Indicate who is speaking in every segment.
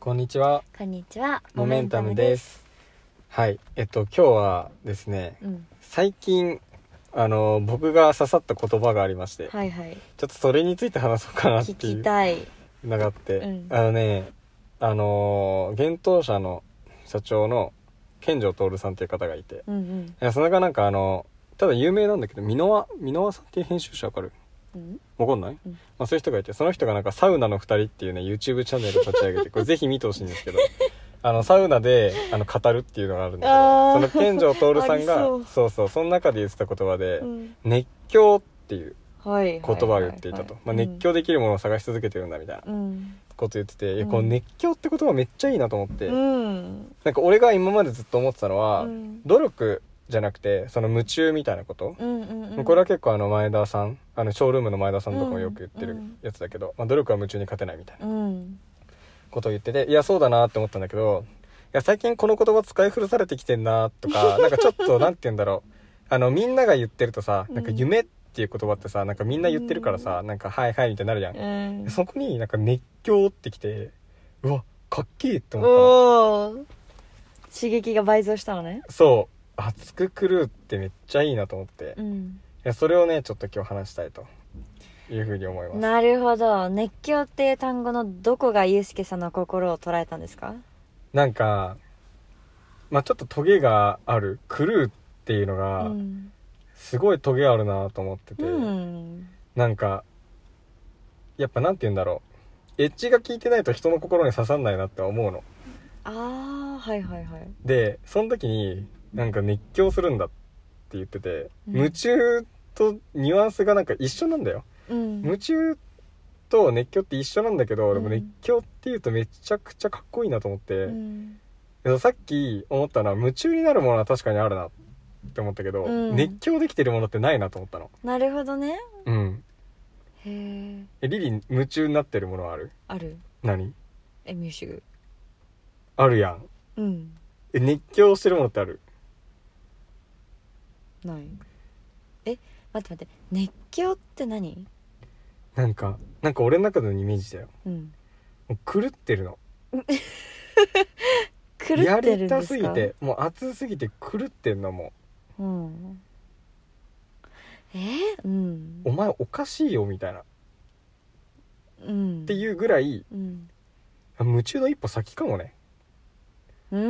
Speaker 1: こんにちは
Speaker 2: こんにちは。
Speaker 1: モメンタムですはいえっと今日はですね
Speaker 2: モメンタムです。
Speaker 1: 最近あの僕が刺さった言葉がありまして、
Speaker 2: うん。はいはい。
Speaker 1: ちょっとそれについて話そうかなって
Speaker 2: 聞
Speaker 1: い
Speaker 2: き
Speaker 1: う
Speaker 2: たい。
Speaker 1: のがあって、
Speaker 2: うん
Speaker 1: あのねあの厳冬社の社長の健城徹さんという方がいて
Speaker 2: うんうん
Speaker 1: いやそれがなんかあのただ有名なんだけど箕輪箕輪さんっていう編集者わかる
Speaker 2: うん。
Speaker 1: わかんない、
Speaker 2: うん
Speaker 1: まあ、そういう人がいてその人がなんかサウナの2人っていうね YouTube チャンネルを立ち上げてこれぜひ見てほしいんですけ どあのサウナであの語るっていうのがあるんだ
Speaker 2: あー
Speaker 1: けどその健城徹さん
Speaker 2: あ
Speaker 1: がそ
Speaker 2: りそうう
Speaker 1: そうその中で言ってた言葉で、
Speaker 2: うん
Speaker 1: 熱狂っていう
Speaker 2: はいは
Speaker 1: 言
Speaker 2: い。
Speaker 1: 葉を言っていたと、まあ、熱狂できるものを探し続けてるんだみたいな
Speaker 2: うん。
Speaker 1: こと言ってて、いや
Speaker 2: うん
Speaker 1: この熱狂って言葉めっちゃいいなと思って、
Speaker 2: うん。
Speaker 1: なんか俺が今までずっと思ってたのは、
Speaker 2: うん
Speaker 1: 努力じゃなくてその夢中みたいなこと、
Speaker 2: うんうんうん。
Speaker 1: これは結構あの前田さんあのショールームの前田さんとかもよく言って
Speaker 2: う
Speaker 1: る
Speaker 2: ん
Speaker 1: やつだけど、まあ、努力は夢中に勝てないみたいな
Speaker 2: うん。
Speaker 1: ことを言ってていやそうだなって思ったんだけどいや最近この言葉使い古されてきてんなと かなんかちょっとなんて言うんだろうあのみんなが言ってるとさなんか
Speaker 2: うん
Speaker 1: 夢っていう言葉ってさなんかみんな言ってるからさ、なんかはいはいみたいになるじゃん、
Speaker 2: うん。
Speaker 1: そこになんか熱狂ってきてうわかっけえって思ったの
Speaker 2: おお。刺激が倍増したのね。
Speaker 1: そう熱く狂うってめっちゃいいなと思って、
Speaker 2: う
Speaker 1: い
Speaker 2: ん。
Speaker 1: やそれをねちょっと今日話したいというふうに思います
Speaker 2: なるほど。熱狂っていう単語のどこがゆうすけさんの心を捉えたんですか。
Speaker 1: なんか、まあ、ちょっとトゲがあるクルーっていうの
Speaker 2: う
Speaker 1: が
Speaker 2: ん。
Speaker 1: すごいトゲあるなと思ってて、
Speaker 2: うん。
Speaker 1: なんかやっぱなんて言うんだろうエッジが効いてないと人の心に刺さんないなって思うの
Speaker 2: ああ、はいはいはい。
Speaker 1: でその時になんか熱狂するんだって言ってて、
Speaker 2: うん
Speaker 1: 夢中とニュアンスがなんか一緒なんだよ
Speaker 2: うん。
Speaker 1: 夢中と熱狂って一緒なんだけど、でも
Speaker 2: うん
Speaker 1: 熱狂っていうとめちゃくちゃかっこいいなと思って、
Speaker 2: うん。
Speaker 1: でもさっき思ったのは夢中になるものは確かにあるなって思ったけど、
Speaker 2: うん
Speaker 1: 熱狂できてるものってないなと思ったの
Speaker 2: なるほどね。
Speaker 1: うん
Speaker 2: へえ。
Speaker 1: えリリー夢中になってるものはある
Speaker 2: ある。
Speaker 1: 何
Speaker 2: え、ミュージック。
Speaker 1: あるやん
Speaker 2: うん。
Speaker 1: え熱狂してるものってある
Speaker 2: ない。え、待って待って。熱狂って何
Speaker 1: なんかなんか俺の中でのイメージだよ
Speaker 2: うん。
Speaker 1: もう狂ってるの
Speaker 2: 狂ってるんですか
Speaker 1: やりたすぎ。てもう熱すぎて狂ってんのも
Speaker 2: うん。えうん
Speaker 1: う。お前おかしいよみたいなっ
Speaker 2: うん。
Speaker 1: て
Speaker 2: う。
Speaker 1: いうぐらい
Speaker 2: うん。
Speaker 1: あ夢中の一歩先かもね
Speaker 2: うー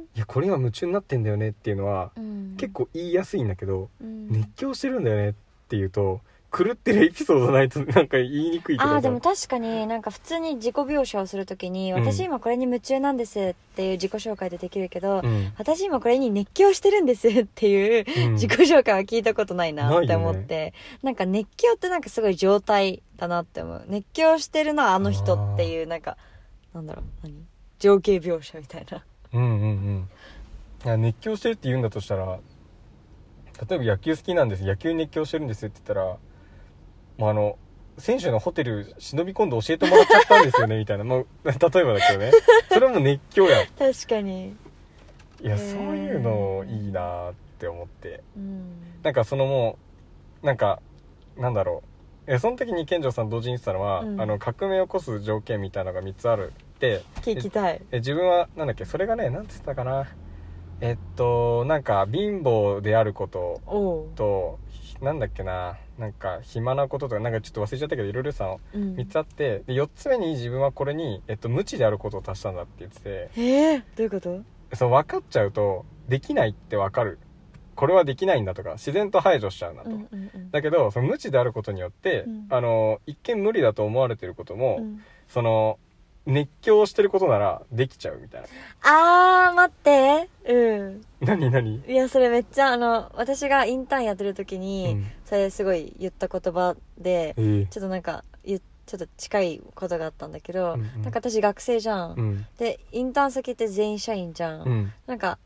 Speaker 2: ん。
Speaker 1: いやこれ今夢中になってんだよねっていうのは
Speaker 2: うん、
Speaker 1: 結構言いやすいんだけど
Speaker 2: うん、
Speaker 1: 熱狂してるんだよねっていうと狂ってるエピソードないと なんか言いにくいけど
Speaker 2: あ
Speaker 1: さ
Speaker 2: ーでも確かになんか普通に自己描写をするときに「
Speaker 1: うん
Speaker 2: 私今これに夢中なんです」っていう自己紹介でできるけど「
Speaker 1: うん
Speaker 2: 私今これに熱狂してるんです」っていう
Speaker 1: うん
Speaker 2: 自己紹介は聞いたことないなって思っ
Speaker 1: ないよ
Speaker 2: て、なんか熱狂ってなんかすごい状態だなって思う熱狂してるなあの人っていうなんかなんだろう何情景描写みたいな
Speaker 1: うんうんうんいや熱狂してるって言うんだとしたら例えば野球好きなんです野球に熱狂してるんですって言ったら、まあ、あの選手のホテル忍び込んで教えてもらっちゃったんです よねみたいな、まあ、例えばだけどねそれも熱狂やんい
Speaker 2: 確かに
Speaker 1: や
Speaker 2: へー
Speaker 1: そういうのいいなって思って
Speaker 2: うん
Speaker 1: なんかそのもうなんかなんだろうえその時に健城さん同時に言ってたのは、
Speaker 2: うん
Speaker 1: あの革命を起こす条件みたいなのが3つあるって
Speaker 2: 聞きたい
Speaker 1: え自分はなんだっけそれがねなんつったかなえっとなんか貧乏であること
Speaker 2: おう、
Speaker 1: とひなんだっけななんか暇なこととかなんかちょっと忘れちゃったけどいろいろさ
Speaker 2: うん、
Speaker 1: 3つあってで4つ目に自分はこれに、えっと、無知であることを足したんだって言ってて
Speaker 2: えー、どういうこと
Speaker 1: その分かっちゃうとできないって分かるこれはできないんだとか自然と排除しちゃうなと、
Speaker 2: うんうんうん
Speaker 1: だけどその無知であることによって、
Speaker 2: うん
Speaker 1: あの一見無理だと思われてることも、
Speaker 2: うん
Speaker 1: その熱狂してることならできちゃうみたいな
Speaker 2: あー待ってうん
Speaker 1: 何何
Speaker 2: いやそれめっちゃあの私がインターンやってる時に、
Speaker 1: うん
Speaker 2: それすごい言った言葉で
Speaker 1: ええ
Speaker 2: ちょっとなんかゆちょっと近いことがあったんだけど、
Speaker 1: うんうん
Speaker 2: なんか私学生じゃん、
Speaker 1: うん
Speaker 2: でインターン先って全員社員じゃん、
Speaker 1: うん
Speaker 2: なんか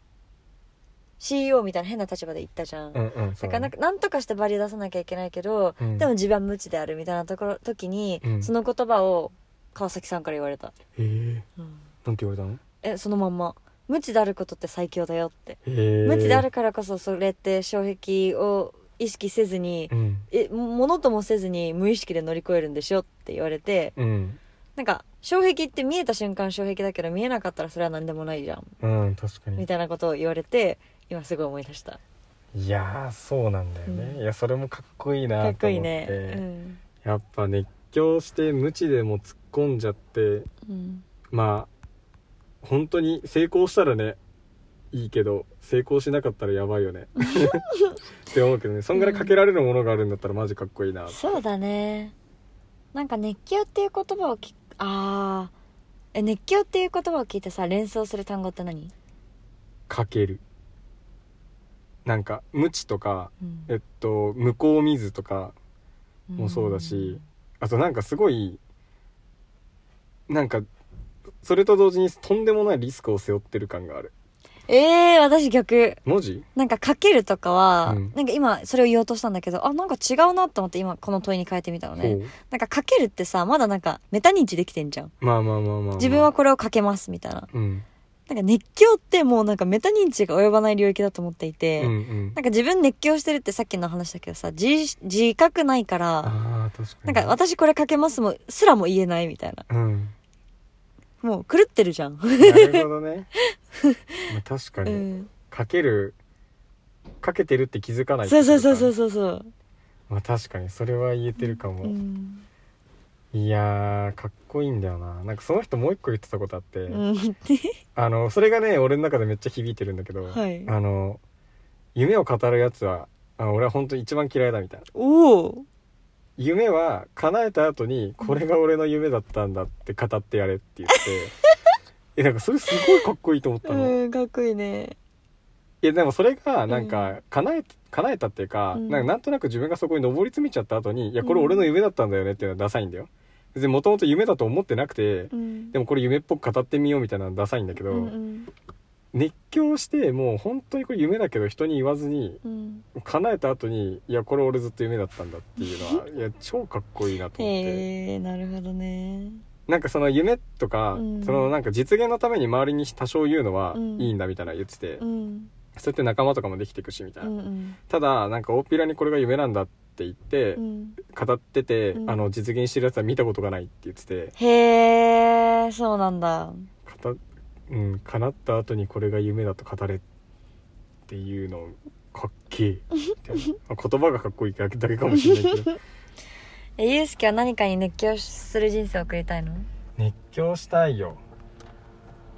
Speaker 2: CEO みたいな変な立場で行ったじゃん、
Speaker 1: うんうんそ
Speaker 2: だ
Speaker 1: う
Speaker 2: からなんかなんとかしてバリュー出さなきゃいけないけど、
Speaker 1: うん
Speaker 2: でも自分は無知であるみたいなところ時に、
Speaker 1: うん
Speaker 2: その言葉を川崎さんから言われた、
Speaker 1: ええなんて言われたの
Speaker 2: えそのまんま無知であることって最強だよって、
Speaker 1: ええ
Speaker 2: 無知であるからこそそれって障壁を意識せずに
Speaker 1: うん
Speaker 2: えものともせずに無意識で乗り越えるんでしょって言われて
Speaker 1: うん
Speaker 2: なんか障壁って見えた瞬間障壁だけど見えなかったらそれは何でもないじゃん
Speaker 1: うん確かに
Speaker 2: みたいなことを言われて今すごい思い出した
Speaker 1: いやーそうなんだよね、
Speaker 2: うん
Speaker 1: いやそれもかっこいいなと
Speaker 2: か
Speaker 1: 思
Speaker 2: っ
Speaker 1: って
Speaker 2: こいいねうん
Speaker 1: やっぱ熱狂して無知でも突っ込んじゃって
Speaker 2: うん
Speaker 1: まあ本当に成功したらねいいけど成功しなかったらやばいよねって思うけどねそんぐらいかけられるものがあるんだったらマジかっこいいなって
Speaker 2: そうだねなんか熱狂っていう言葉を聞くあーえ熱狂っていう言葉を聞いてさ連想する単語って何、
Speaker 1: かけるなんか無知とか
Speaker 2: うん
Speaker 1: えっと向こう見ずとかもそうだし、あとなんかすごいなんかそれと同時にとんでもないリスクを背負ってる感がある
Speaker 2: うんえー、私逆
Speaker 1: 文字
Speaker 2: なんかかけるとかは、
Speaker 1: うん
Speaker 2: なんか今それを言おうとしたんだけどあなんか違うなと思って今この問いに変えてみたのね
Speaker 1: ほう
Speaker 2: なんかかけるってさまだなんかメタ認知できてんじゃん
Speaker 1: まあまあまあまあ、まあ、
Speaker 2: 自分はこれをかけますみたいな
Speaker 1: うん、
Speaker 2: なんか熱狂ってもうなんかメタ認知が及ばない領域だと思っていて、
Speaker 1: うんうん
Speaker 2: なんか自分熱狂してるってさっきの話だけどさ自自覚ないから
Speaker 1: ああ確か
Speaker 2: な
Speaker 1: に
Speaker 2: んか私これかけますもすらも言えないみたいな
Speaker 1: うん
Speaker 2: もう狂ってるじゃん、
Speaker 1: なるほどね まあ確か
Speaker 2: う
Speaker 1: に、
Speaker 2: ん、
Speaker 1: かけるかけてるって気づかない
Speaker 2: そうそうそうそう
Speaker 1: う、
Speaker 2: そうそう、
Speaker 1: まあ、確かにそれは言えてるかも、
Speaker 2: うん
Speaker 1: いやーかっこいいんだよななんかその人もう一個言ってたことあって、
Speaker 2: うん、
Speaker 1: あのそれがね俺の中でめっちゃ響いてるんだけど、
Speaker 2: はい
Speaker 1: あの夢を語るやつはあ俺は本当に一番嫌いだみたいな
Speaker 2: おお
Speaker 1: 夢は叶えた後にこれが俺の夢だったんだって語ってやれって言 ってえなんかそれすごいかっこいいと思ったの、
Speaker 2: うんかっこいいね
Speaker 1: いやでもそれがなんか叶え,、叶えたっていうか,、
Speaker 2: うん
Speaker 1: なんかなんとなく自分がそこに上り詰めちゃった後にいやこれ俺の夢だったんだよねっていうのはダサいんだよ別にもともと夢だと思ってなくて
Speaker 2: うん
Speaker 1: でもこれ夢っぽく語ってみようみたいなのはダサいんだけど、
Speaker 2: うんうん
Speaker 1: 熱狂してもう本当にこれ夢だけど人に言わずに
Speaker 2: うん
Speaker 1: 叶えた後にいやこれ俺ずっと夢だったんだっていう のはいや超かっこいいなと思って
Speaker 2: へえなるほどね
Speaker 1: なんかその夢とか、
Speaker 2: うん
Speaker 1: そのなんか実現のために周りに多少言うのは
Speaker 2: うん
Speaker 1: いいんだみたいな言ってて、
Speaker 2: うん
Speaker 1: そうやって仲間とかもできていくしみたいな
Speaker 2: う。ん
Speaker 1: ただなんか大っぴらにこれが夢なんだって言って
Speaker 2: う、ん
Speaker 1: 語ってて、
Speaker 2: うん
Speaker 1: あの実現してるやつは見たことがないって言ってて
Speaker 2: へえそうなんだ
Speaker 1: 語うん叶った後にこれが夢だと語れっていうのかっけ えって言葉がかっこいいだけだけかもしれないけど
Speaker 2: えゆうすけは何かに熱狂する人生を送りたいの
Speaker 1: 熱狂したいよ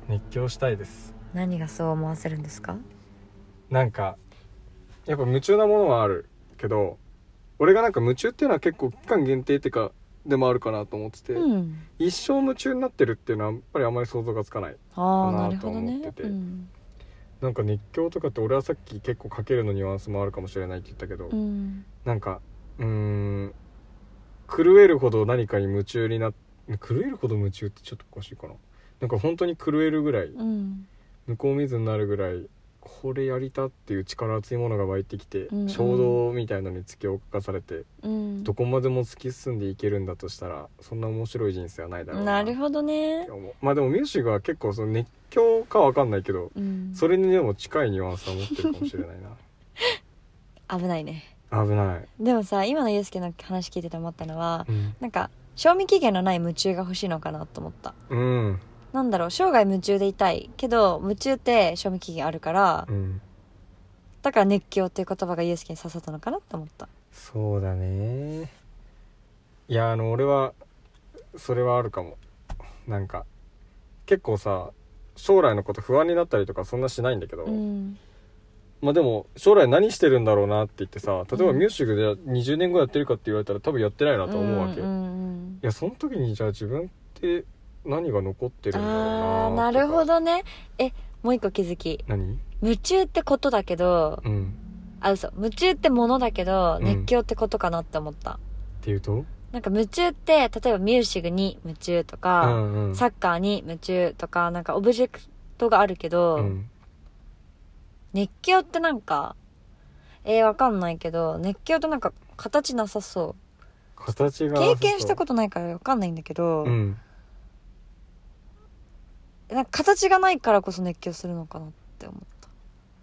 Speaker 1: 熱狂したいです
Speaker 2: 何がそう思わせるんですか
Speaker 1: なんかやっぱ夢中なものはあるけど俺がなんか夢中っていうのは結構期間限定っていうかでもあるかなと思ってて、
Speaker 2: うん
Speaker 1: 一生夢中になってるっていうのはやっぱりあまり想像がつかない
Speaker 2: ああ
Speaker 1: か
Speaker 2: な
Speaker 1: な
Speaker 2: る
Speaker 1: と
Speaker 2: ほ
Speaker 1: 思
Speaker 2: ど
Speaker 1: っ
Speaker 2: ね
Speaker 1: てて
Speaker 2: うん
Speaker 1: なんか熱狂とかって俺はさっき結構かけるのニュアンスもあるかもしれないって言ったけど、
Speaker 2: うん
Speaker 1: なんかうーん狂えるほど何かに夢中になっ狂えるほど夢中ってちょっとおかしいかななんか本当に狂えるぐらい
Speaker 2: うん
Speaker 1: 向こう見ずになるぐらいこれやりたっていう力熱いものが湧いてきて、
Speaker 2: うんうん
Speaker 1: 衝動みたいのに突き動かされて
Speaker 2: うん
Speaker 1: どこまでも突き進んでいけるんだとしたらそんな面白い人生はないだろうな
Speaker 2: な
Speaker 1: って
Speaker 2: るほどね
Speaker 1: 思うまあでもミュージックは結構その熱狂かわかんないけど
Speaker 2: うん
Speaker 1: それにでも近いニュアンスは持ってるかもしれない
Speaker 2: 危ないね
Speaker 1: な危ない、
Speaker 2: でもさ今のゆうすけの話聞いてて思ったのは
Speaker 1: うん
Speaker 2: なんか賞味期限のない夢中が欲しいのかなと思った
Speaker 1: うん
Speaker 2: なんだろう生涯夢中でいたいけど夢中って賞味期限あるから
Speaker 1: うん、
Speaker 2: だから熱狂っていう言葉がユースケに刺さったのかなって思った
Speaker 1: そうだねいやあの俺はそれはあるかもなんか結構さ将来のこと不安になったりとかそんなしないんだけど、
Speaker 2: うん
Speaker 1: まあでも将来何してるんだろうなって言ってさ例えば
Speaker 2: うん
Speaker 1: ミュージックで20年後やってるかって言われたら多分やってないなと思うわけ、い
Speaker 2: うんうん
Speaker 1: やその時にじゃあ自分って何が残って
Speaker 2: う
Speaker 1: る
Speaker 2: ん、
Speaker 1: んだろうな
Speaker 2: あー
Speaker 1: とか
Speaker 2: なるほどねえもう一個気づき
Speaker 1: 何
Speaker 2: 夢中ってことだけど
Speaker 1: うん
Speaker 2: あ嘘夢中ってものだけど
Speaker 1: うん
Speaker 2: 熱狂ってことかなって思った、
Speaker 1: っていうと
Speaker 2: なんか夢中って例えばミュージックに夢中と
Speaker 1: う
Speaker 2: か、
Speaker 1: んうん
Speaker 2: サッカーに夢中とかなんかオブジェクトがあるけど、
Speaker 1: うん
Speaker 2: 熱狂ってなんかえー、わかんないけど熱狂ってなんか形なさそう
Speaker 1: 形が
Speaker 2: 経験したことないからわかんないんだけど、
Speaker 1: うん
Speaker 2: なんか形がないからこそ熱狂するのかなって思っ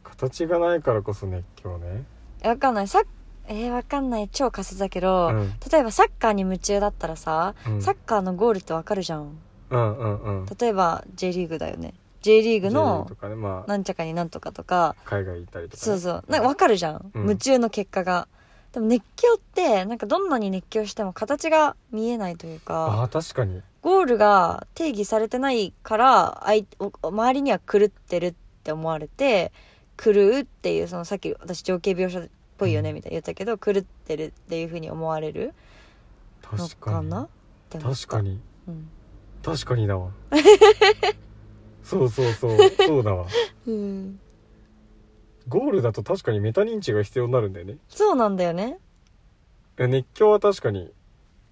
Speaker 1: 形がないからこそ熱狂ね
Speaker 2: たえわかんないさえー、わかんない超カスだけど、
Speaker 1: うん
Speaker 2: 例えばサッカーに夢中だったらさ、
Speaker 1: うん
Speaker 2: サッカーのゴールってわかるじゃん
Speaker 1: うんうんうん
Speaker 2: 例えば J リーグだよね J リーグ
Speaker 1: J リーグ
Speaker 2: の
Speaker 1: とかねまあ
Speaker 2: なんちゃかになんとかとか
Speaker 1: 海外行ったりとか、ね、
Speaker 2: そうそうなんかわかるじゃん、
Speaker 1: うん
Speaker 2: 夢中の結果がでも熱狂ってなんかどんなに熱狂しても形が見えないというか
Speaker 1: ああ確かに
Speaker 2: ゴールが定義されてないから相お周りには狂ってるって思われて狂うっていうそのさっき私情景描写っぽいよねみたいに言ったけど狂ってるっていうふうに思われるの
Speaker 1: 確か
Speaker 2: か
Speaker 1: に
Speaker 2: なって思った
Speaker 1: 確か、に
Speaker 2: うん
Speaker 1: 確かにだ わそうそうそうそうだわ
Speaker 2: うん、
Speaker 1: ゴールだと確かにメタ認知が必要になるんだよね
Speaker 2: そうなんだよね
Speaker 1: 熱狂は確かに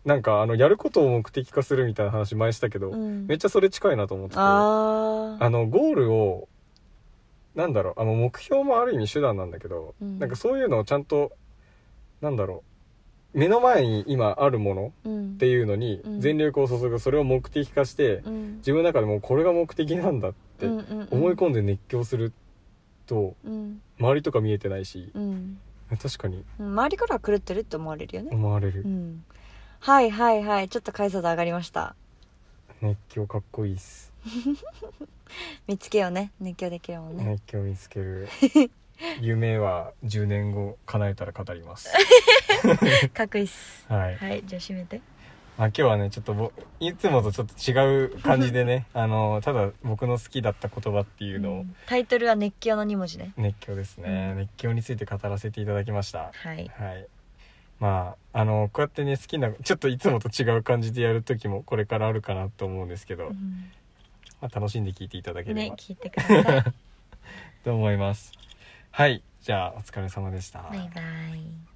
Speaker 1: なんかあのやることを目的化するみたいな話前したけど、
Speaker 2: うん
Speaker 1: めっちゃそれ近いなと思ってて
Speaker 2: ああ
Speaker 1: あのゴールをなんだろうあの目標もある意味手段なんだけど、
Speaker 2: うん
Speaker 1: なんかそういうのをちゃんとなんだろう目の前に今あるもの
Speaker 2: うん
Speaker 1: っていうのに
Speaker 2: うん
Speaker 1: 全力を注ぐそれを目的化して
Speaker 2: うん
Speaker 1: 自分の中でもうこれが目的なんだって
Speaker 2: うんうんうん
Speaker 1: 思い込んで熱狂すると
Speaker 2: うん
Speaker 1: 周りとか見えてないし
Speaker 2: うん
Speaker 1: 確かに
Speaker 2: 周りからは狂ってるって思われるよね
Speaker 1: 思われ
Speaker 2: う
Speaker 1: る
Speaker 2: んはいはいはいちょっと解像度上がりました
Speaker 1: 熱狂かっこいいっす
Speaker 2: 見つけようね熱狂できるもんね
Speaker 1: 熱狂見つけ る夢は10年後叶えたら語ります
Speaker 2: かっこいいっす
Speaker 1: はい
Speaker 2: はいじゃあ締めて
Speaker 1: まあ、今日はねちょっとぼいつもとちょっと違う感じで ねあのただ僕の好きだった言葉っていうのを
Speaker 2: うんタイトルは熱狂の2文字ね
Speaker 1: 熱狂ですね、
Speaker 2: うん
Speaker 1: 熱狂について語らせていただきました
Speaker 2: はい
Speaker 1: はいまああのこうやってね好きなちょっといつもと違う感じでやる時もこれからあるかなと思うんですけど、
Speaker 2: うん
Speaker 1: まあ、楽しんで聞いていただけれ
Speaker 2: ね
Speaker 1: ば
Speaker 2: 聞いてください
Speaker 1: と思います、はいじゃあお疲れ様でした、
Speaker 2: バイバイ